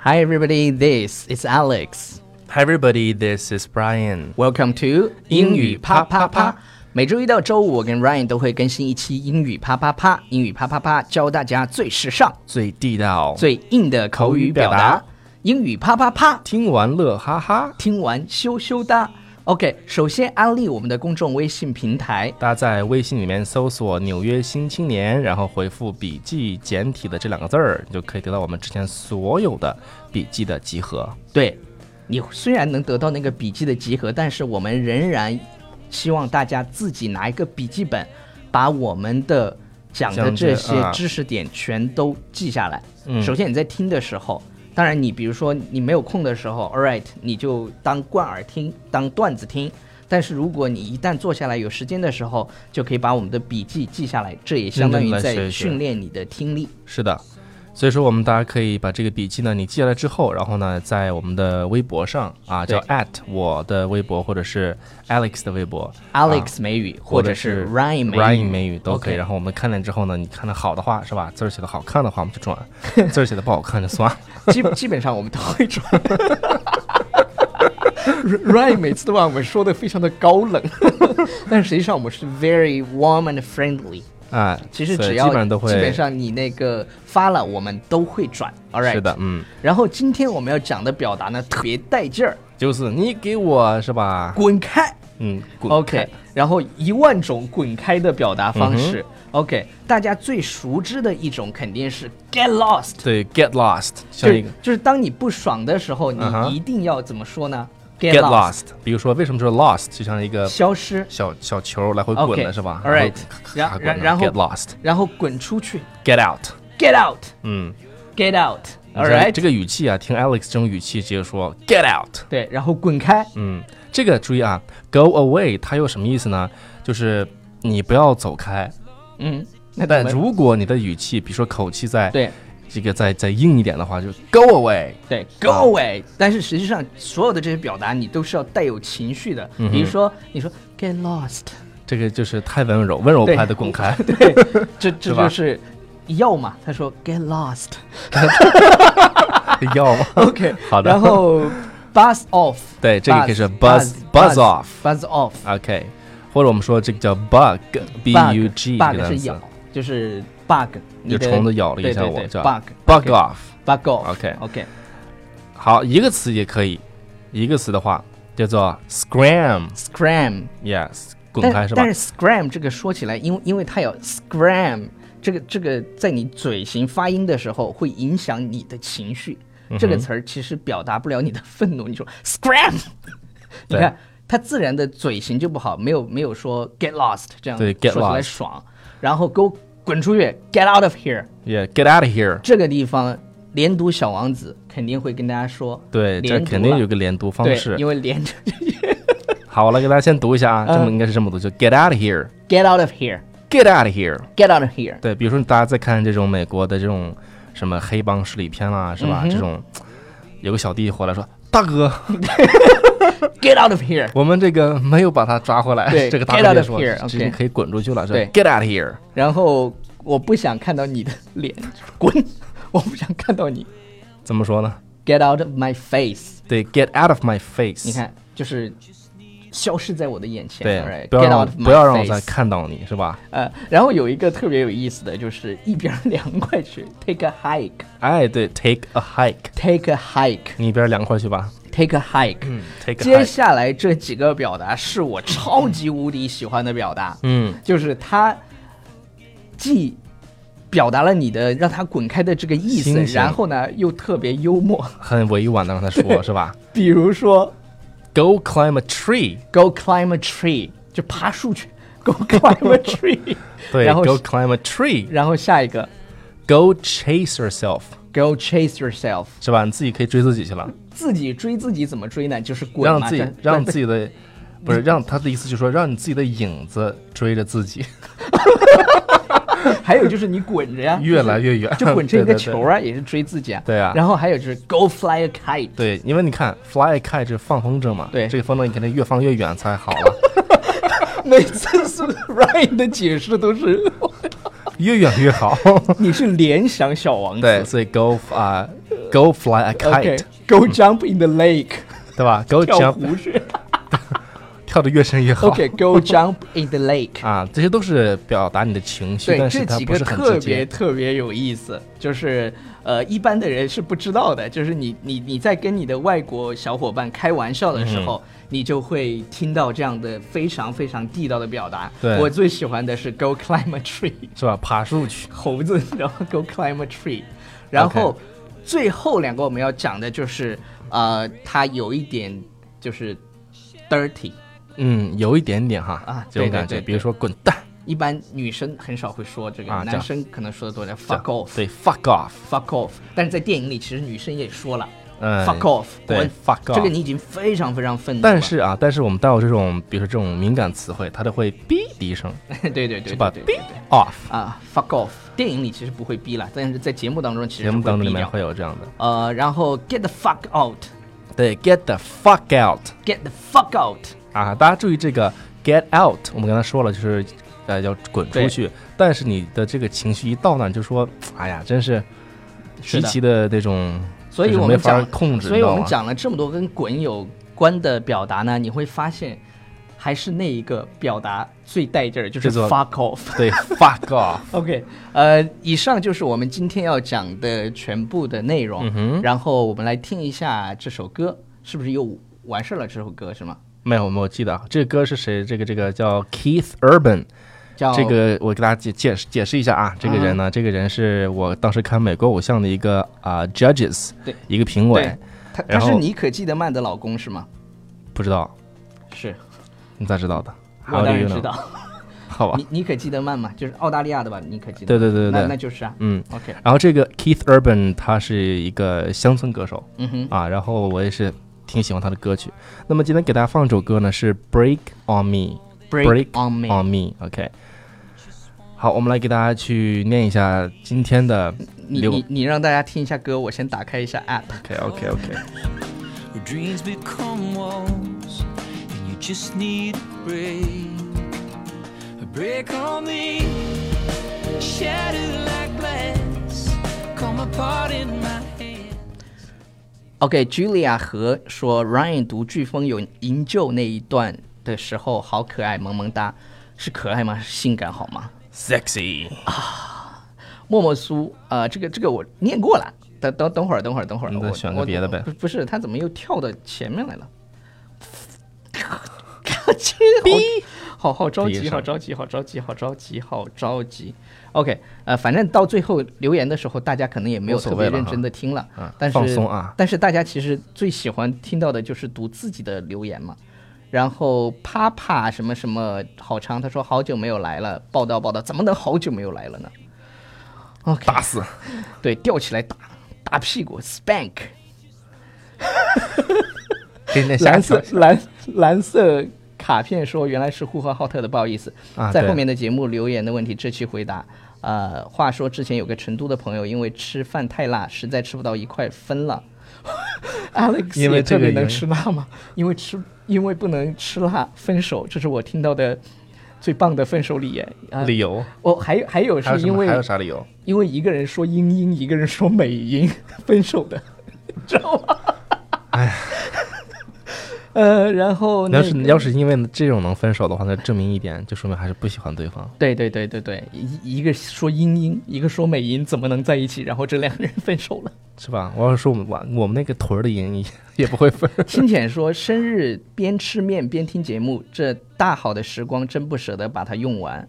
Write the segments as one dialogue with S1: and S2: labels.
S1: Hi everybody, this is Alex.
S2: Hi everybody, this is Brian.
S1: Welcome to
S2: 英语啪啪啪。
S1: 每周一到周五，我跟 Ryan 都会更新一期英语啪啪啪。英语啪啪啪，教大家最时尚、
S2: 最地道，
S1: 最硬的口语表
S2: 口语表
S1: 达
S2: 达。
S1: 英语啪啪啪，
S2: 听完乐哈哈。
S1: 听完羞羞哒。OK，首先安利我们的公众微信平台，
S2: 大家在微信里面搜索“纽约新青年”，然后回复“笔记”简体的这两个字儿，你就可以得到我们之前所有的笔记的集合。
S1: 对，你虽然能得到那个笔记的集合，但是我们仍然希望大家自己拿一个笔记本，把我们的讲的
S2: 讲
S1: 这
S2: 这
S1: 些
S2: 啊
S1: 知识点全都记下来。
S2: 嗯
S1: 首先你在听的时候，当然你比如说你没有空的时候，all right，你就当贯耳听，当段子听。但是如果你一旦坐下来有时间的时候，就可以把我们的笔记记下来，这也相当于
S2: 认真地学
S1: 在
S2: 一学
S1: 训练你的听力。
S2: 是的，所以说我们大家可以把这个笔记呢，你记下来之后，然后呢，在我们的微博上啊，
S1: 对
S2: 叫 at 我的微博或者是 Alex 的微博
S1: Alex 美语、啊或者是 Ryan 美语
S2: Ryan 美语都可以。
S1: OK
S2: 然后我们看了之后呢，你看的好的话是吧？字儿写的好看的话我们就转， 字儿写的不好看就算了。
S1: 基基本上我们都会 转。Ryan 每次都把我们说的非常的高冷， 但实际上我们是 very warm and friendly。
S2: 啊，
S1: 其实
S2: 所以
S1: 只要
S2: 基本上都会，
S1: 基本上你那个发了，我们都会转。All right，
S2: 是的，。嗯，
S1: 然后今天我们要讲的表达呢，特别带劲儿，
S2: 就是你给我是吧？
S1: 滚开。
S2: 嗯滚
S1: OK，然后一万种滚开的表达
S2: 嗯
S1: 方式。OK，大家最熟知的一种肯定是 get lost。
S2: 对，get lost，
S1: 就
S2: 像一
S1: 是
S2: 个
S1: 就是当你不爽的时候，你
S2: 嗯哼
S1: 一定要怎么说呢
S2: get lost。比如说，为什么说 lost 就像一个
S1: 消失，
S2: 小小球来回
S1: OK，
S2: 滚的是吧
S1: all right 然
S2: 然后
S1: 然然后
S2: get lost，get
S1: 然后滚出去
S2: out，
S1: ，get out，get
S2: 嗯
S1: out，all
S2: 你知道
S1: right，
S2: 这个语气啊，听 Alex 这种语气直接说 get out，
S1: 对，然后滚开，
S2: 嗯，这个注意啊，go away 它有什么意思呢？就是你不要走开。
S1: 嗯，那
S2: 但
S1: 怎么
S2: 如果你的语气，比如说口气在
S1: 对
S2: 这个再再硬一点的话，就 go away。
S1: 对，go away。但是实际上，所有的这些表达你都是要带有情绪的，
S2: 嗯
S1: 比如说你说 get lost，
S2: 这个就是太温柔，温柔
S1: 对。
S2: 派的滚开
S1: 对，这这
S2: 是吧
S1: 就是要嘛，他说 get lost，
S2: 要吗
S1: OK，
S2: 好的
S1: 然后 buzz off，
S2: 对这个可以是
S1: buzz
S2: buzz- buzz off
S1: buzz off，
S2: ？OK，或者我们说这个叫 bug，b u g 这
S1: bug
S2: 个单
S1: 是
S2: 词
S1: 咬，，就是 bug，你
S2: 有
S1: 的
S2: 虫子咬了一下
S1: 对对
S2: 我，
S1: 对
S2: 叫
S1: bug
S2: bug off。
S1: bug off。
S2: OK
S1: OK，
S2: 好，一个词也可以，一个词的话叫做 scram，yes，
S1: scram
S2: 滚开
S1: 但
S2: 是吧
S1: 但？是 scram 这个说起来，因为因为它有 scram 这个这个在你嘴型发音的时候会影响你的情绪，
S2: 嗯
S1: 这个词儿其实表达不了你的愤怒。你说 scram，你
S2: 对
S1: 看它自然的嘴型就不好，没有没有说 get lost 这样
S2: 对
S1: 说
S2: get
S1: 起来
S2: lost
S1: 爽，然后给我滚出去，get out of here。
S2: ，yeah，get out of here。
S1: 这个地方连读小王子肯定会跟大家说，
S2: 对，这
S1: 连读
S2: 肯定
S1: 了
S2: 有个连读方
S1: 对
S2: 式
S1: 因。为连着
S2: 好，我来给大家先读一下啊，这么
S1: 嗯
S2: 应该是这么读，就 get out of here，get
S1: get out of here，get
S2: out of here。
S1: out of here，
S2: 对，比如说大家在看这种美国的这种什么黑帮势力片啊啦、是吧？
S1: 嗯
S2: 这种有个小弟回来说：“大哥，
S1: get out of here。
S2: 我们这个没有把他抓回来。
S1: 对”
S2: 这个大
S1: get
S2: 哥
S1: out
S2: 就
S1: of
S2: 说：“
S1: here，
S2: 直接
S1: OK
S2: 可以滚出去了。”是吧
S1: 对
S2: “Get out of here”。
S1: 然后我不想看到你的脸，滚！我不想看到你
S2: 怎么说呢？
S1: ，get out of my face。
S2: 对，“Get out of my face”。
S1: 你，看，就是消失在我的眼前。
S2: 对
S1: right,，
S2: 不要
S1: get
S2: 让
S1: out of my
S2: 不要让我再
S1: face
S2: 看到你，是吧？
S1: 呃，然后有一个特别有意思的，就是一边凉快去，take a hike，take
S2: 哎，对，take a hike，
S1: a hike，take
S2: 你一边凉快去吧。
S1: a hike。
S2: 嗯，take a
S1: 接
S2: hike。
S1: 下来这几个表达是我超级无敌喜欢的表达，
S2: 嗯，
S1: 就是它既表达了你的让他滚开的这个意思，
S2: 心情
S1: 然后呢又特别幽默。
S2: 很委婉的让他说，是吧
S1: 比如说
S2: ？Go climb a tree。
S1: ，go climb a tree，就爬树去，go climb a tree。
S2: 对
S1: 然后
S2: ，Go climb a tree。
S1: 然后下一个
S2: Go chase yourself，
S1: ，go chase yourself，
S2: 是吧？你自己可以追自己去了。
S1: 自己追自己怎么追呢？就是滚嘛，
S2: 让自己
S1: 这
S2: 让自己的不是让他的意思，就是说让你自己的影子追着自己，
S1: 还有就是你滚着呀，
S2: 越来越远，
S1: 就滚成一个
S2: 对
S1: 球。啊，也是追自己啊。
S2: 对啊
S1: 然后还有就是 go fly a kite。
S2: 对对对，因为你看，fly a kite 是放风筝嘛，
S1: 对
S2: 这个风筝你肯定越放越远才好啊了，
S1: 每次是 Ryan 的解释都是，
S2: 越远越好。
S1: 你是联想小王
S2: 对，
S1: 子，
S2: 所以 go 啊、 Go fly a kite，、
S1: OK，Go jump in the lake，
S2: 对吧？Go
S1: 跳
S2: jump，
S1: 湖 去。
S2: 跳得越深越好。
S1: OK，Go jump in the lake。
S2: 啊，这些都是表达你的情绪，
S1: 对，
S2: 但是
S1: 这
S2: 它
S1: 几
S2: 不
S1: 个
S2: 是很直
S1: 特别
S2: 接。
S1: 特别有意思，就是呃，一般的人是不知道的。就是你你你在跟你的外国小伙伴开玩笑的
S2: 嗯
S1: 时候，你就会听到这样的非常非常地道的表达。
S2: 对
S1: 我最喜欢的是 “Go climb a tree”，
S2: 是吧？爬树去，
S1: 猴子，然后 “Go climb a tree”，然后最后两个我们要讲的就是呃，它有一点就是 dirty，
S2: 嗯，有一点点哈
S1: 啊
S2: 这种
S1: 对对
S2: 感觉。
S1: 对对
S2: 比如说滚蛋，
S1: 一般女生很少会说这个，
S2: 啊这样
S1: 男生可能说的多点。
S2: 这样
S1: fuck off，
S2: 对，fuck off，
S1: fuck off，但是在电影里其实女生也说了、
S2: 嗯
S1: fuck off，
S2: 对
S1: 滚
S2: ，fuck off。
S1: 这个你已经非常非常愤怒了。
S2: 但是啊，但是我们到这种，比如说这种敏感词汇，它都会哔的一声
S1: 对对对对
S2: 就把
S1: 对对对
S2: off。
S1: 啊，fuck off，电影里其实不会逼了，但是在节目当中其实
S2: 节目
S1: 是会
S2: 当中
S1: 逼
S2: 里面
S1: 掉
S2: 会有这样的，
S1: 呃，然后 get the fuck out，get
S2: 对，get the fuck out
S1: the fuck out，
S2: 啊！大家注意这个 get out，我们刚才说了，就是呃要滚出
S1: 对
S2: 去，但是你的这个情绪一到那儿，你就说，哎呀，真是
S1: 是
S2: 极
S1: 的
S2: 其的那种，
S1: 所以
S2: 就是
S1: 我
S2: 没
S1: 们
S2: 法
S1: 讲，
S2: 控制，
S1: 所以我们
S2: 你知道吗
S1: 讲了这么多跟滚有关的表达呢，你会发现还是那一个表达最带劲儿，就是
S2: 叫做
S1: fuck off。
S2: 对 fuck off，
S1: OK，呃，以上就是我们今天要讲的全部的内容。
S2: 嗯
S1: 然后我们来听一下这首歌，是不是又完事儿了？这首歌是吗？
S2: 没有，我记得啊，这个歌是谁？这个这个叫 Keith Urban，
S1: 叫
S2: 这个我给大家解解释解释一下啊，
S1: 嗯
S2: 这个人呢，这个人是我当时看美国偶像的一个啊、judges，
S1: 对
S2: 一个评委
S1: 对，，他他
S2: 然后
S1: 是妮可基德曼的老公是吗？
S2: 不知道
S1: 是，
S2: 你咋知道的？
S1: 我
S2: How do
S1: 当然
S2: you
S1: 知
S2: know？
S1: 道，
S2: 好吧
S1: 妮，妮可基德曼嘛，就是澳大利亚的吧？妮可基德
S2: 对
S1: 曼，
S2: 对对
S1: 那
S2: 对
S1: 那
S2: 对，
S1: 就是啊。
S2: 嗯。
S1: OK，
S2: 然后这个 Keith Urban 他是一个乡村歌手
S1: 嗯哼，
S2: 啊，然后我也是挺喜欢他的歌曲。那么今天给大家放这首歌呢是《Break on Me》Break
S1: on me，
S2: ，On Me，OK、好，我们来给大家去念一下今天的
S1: 你
S2: 留
S1: 你你让大家听一下歌，我先打开一下 App。
S2: OK OK OK。
S3: Your dreams become walls, and you just need a break. A break on me, shattered like glass, come apart in my hand.
S1: OK，Julia、和说 Ryan 读飓风有营救那一段的时候好可爱，萌萌哒，是可爱吗？是性感好吗？
S2: Sexy，
S1: 默默苏，呃，这个这个我念过了，等等等会儿，等会儿，等会儿，
S2: 你再
S1: 我
S2: 选个
S1: 我
S2: 别的呗
S1: 不不是，他怎么又跳到前面来 了？这好好好着
S2: 第一
S1: 急，
S2: 首
S1: 好着急，好着急，好着急，好着急。OK，呃，反正到最后留言的时候，大家可能也没有
S2: 无所
S1: 特
S2: 谓
S1: 别
S2: 了
S1: 认真的听了，
S2: 嗯
S1: 但是
S2: 放松啊
S1: 但是大家其实最喜欢听到的就是读自己的留言嘛。然后啪啪什么什么好长，他说好久没有来了，报道报道，怎么能好久没有来了呢？OK，
S2: 打死！
S1: 对，吊起来打，打屁股，spank。
S2: 给你 下
S1: 蓝
S2: 一
S1: 色
S2: 次
S1: 蓝蓝色卡片说原来是呼和浩特的，不好意思，
S2: 啊
S1: 在
S2: 对
S1: 后面的节目留言的问题这期回答。呃，话说之前有个成都的朋友因为吃饭太辣，实在吃不到一块分了。Alex
S2: 因为
S1: 也
S2: 这
S1: 特
S2: 个
S1: 别
S2: 原
S1: 能
S2: 因
S1: 吃辣吗？因为吃因为不能吃辣分手，这是我听到的最棒的分手理言啊！
S2: 理由，
S1: 我、还有还有
S2: 还有
S1: 是
S2: 什
S1: 因
S2: 么？
S1: 为
S2: 还有啥理由？
S1: 因为一个人说英英，一个人说美英， 分手的，知道吗？哎呀， 呃，然后
S2: 你要
S1: 那
S2: 是
S1: 个
S2: 要是因为这种能分手的话，那证明一点，就说明还是不喜欢对方。
S1: 对对对对对，一一个说英英，一个说美音，怎么能在一起？然后这两个人分手了。
S2: 是吧？我要是说我们我我们那个屯儿的人也也不会分。
S1: 清浅说生日边吃面边听节目，这大好的时光真不舍得把它用完。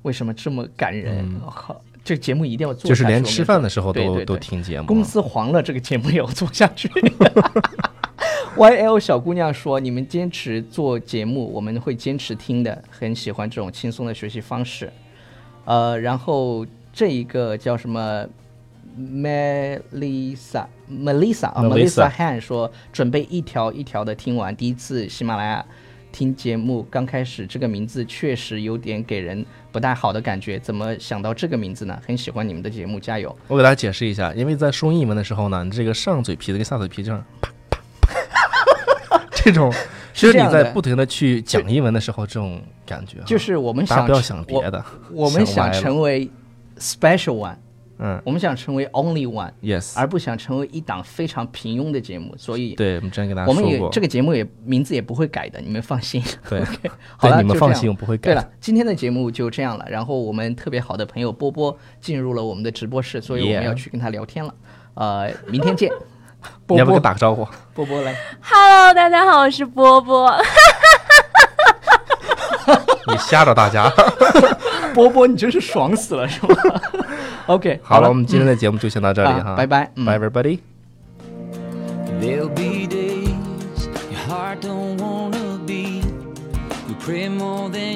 S1: 为什么这么感人？我、靠，这节目一定要做
S2: 嗯就
S1: 下去，
S2: 是连
S1: 我跟
S2: 吃
S1: 你说
S2: 饭的时候
S1: 对
S2: 都
S1: 对
S2: 都
S1: 对
S2: 听节目。
S1: 公司黄了，这个节目也要做下 去。YL 小姑娘说：“你们坚持做节目，我们会坚持听的，很喜欢这种轻松的学习方式。”呃，然后这一个叫什么 Melissa Melissa 啊
S2: Melissa
S1: Melissa Han 说：“准备一条一条的听完，第一次喜马拉雅。”听节目刚开始，这个名字确实有点给人不太好的感觉。怎么想到这个名字呢？很喜欢你们的节目，加油！
S2: 我给大家解释一下，因为在说英文的时候呢，你这个上嘴皮子跟下嘴皮 这样啪啪啪，这种其
S1: 这
S2: 实你
S1: 样的
S2: 在不停的去讲英文的时候，这种感觉啊
S1: 就是我们
S2: 大家
S1: 想
S2: 不要
S1: 成
S2: 想别的，
S1: 我，我们想
S2: 想歪了
S1: 成为 special one，
S2: 嗯
S1: 我们想成为 only one，
S2: ，yes，
S1: 而不想成为一档非常平庸的节目，所以
S2: 对我们之前给大家
S1: 我们
S2: 说
S1: 也
S2: 过，
S1: 这个节目也名字也不会改的，你们放心。
S2: 对
S1: OK，好了，
S2: 你们
S1: 就这
S2: 放
S1: 样
S2: 心，我不会
S1: 对
S2: 改的。
S1: 了，今天的节目就这样了。然后我们特别好的朋友波波进入了我们的直播室，所以我们
S2: Yeah
S1: 要去跟他聊天了。呃，明天见。
S2: 你
S1: 波
S2: 要不要
S1: 波
S2: 打个招呼？
S1: 波波来，
S4: Hello，大家好，我是波波。
S2: 你吓着大 家。
S1: 波波，你真是爽死了，是吗 ？OK，
S2: 好了，
S1: 了
S2: 我，们今天的节目就先到这里
S1: 啊
S2: 哈，
S1: 拜拜嗯
S2: ，Bye everybody。
S3: There'll be days your heart don't wanna be. You pray more than